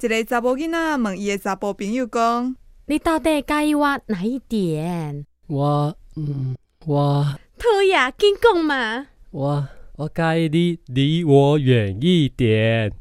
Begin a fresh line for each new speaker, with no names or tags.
一个查某囡仔问伊的查甫朋友讲，
你到底介意我哪一点？
我嗯，我
讨厌，紧讲嘛！
我我介意你离我远一点。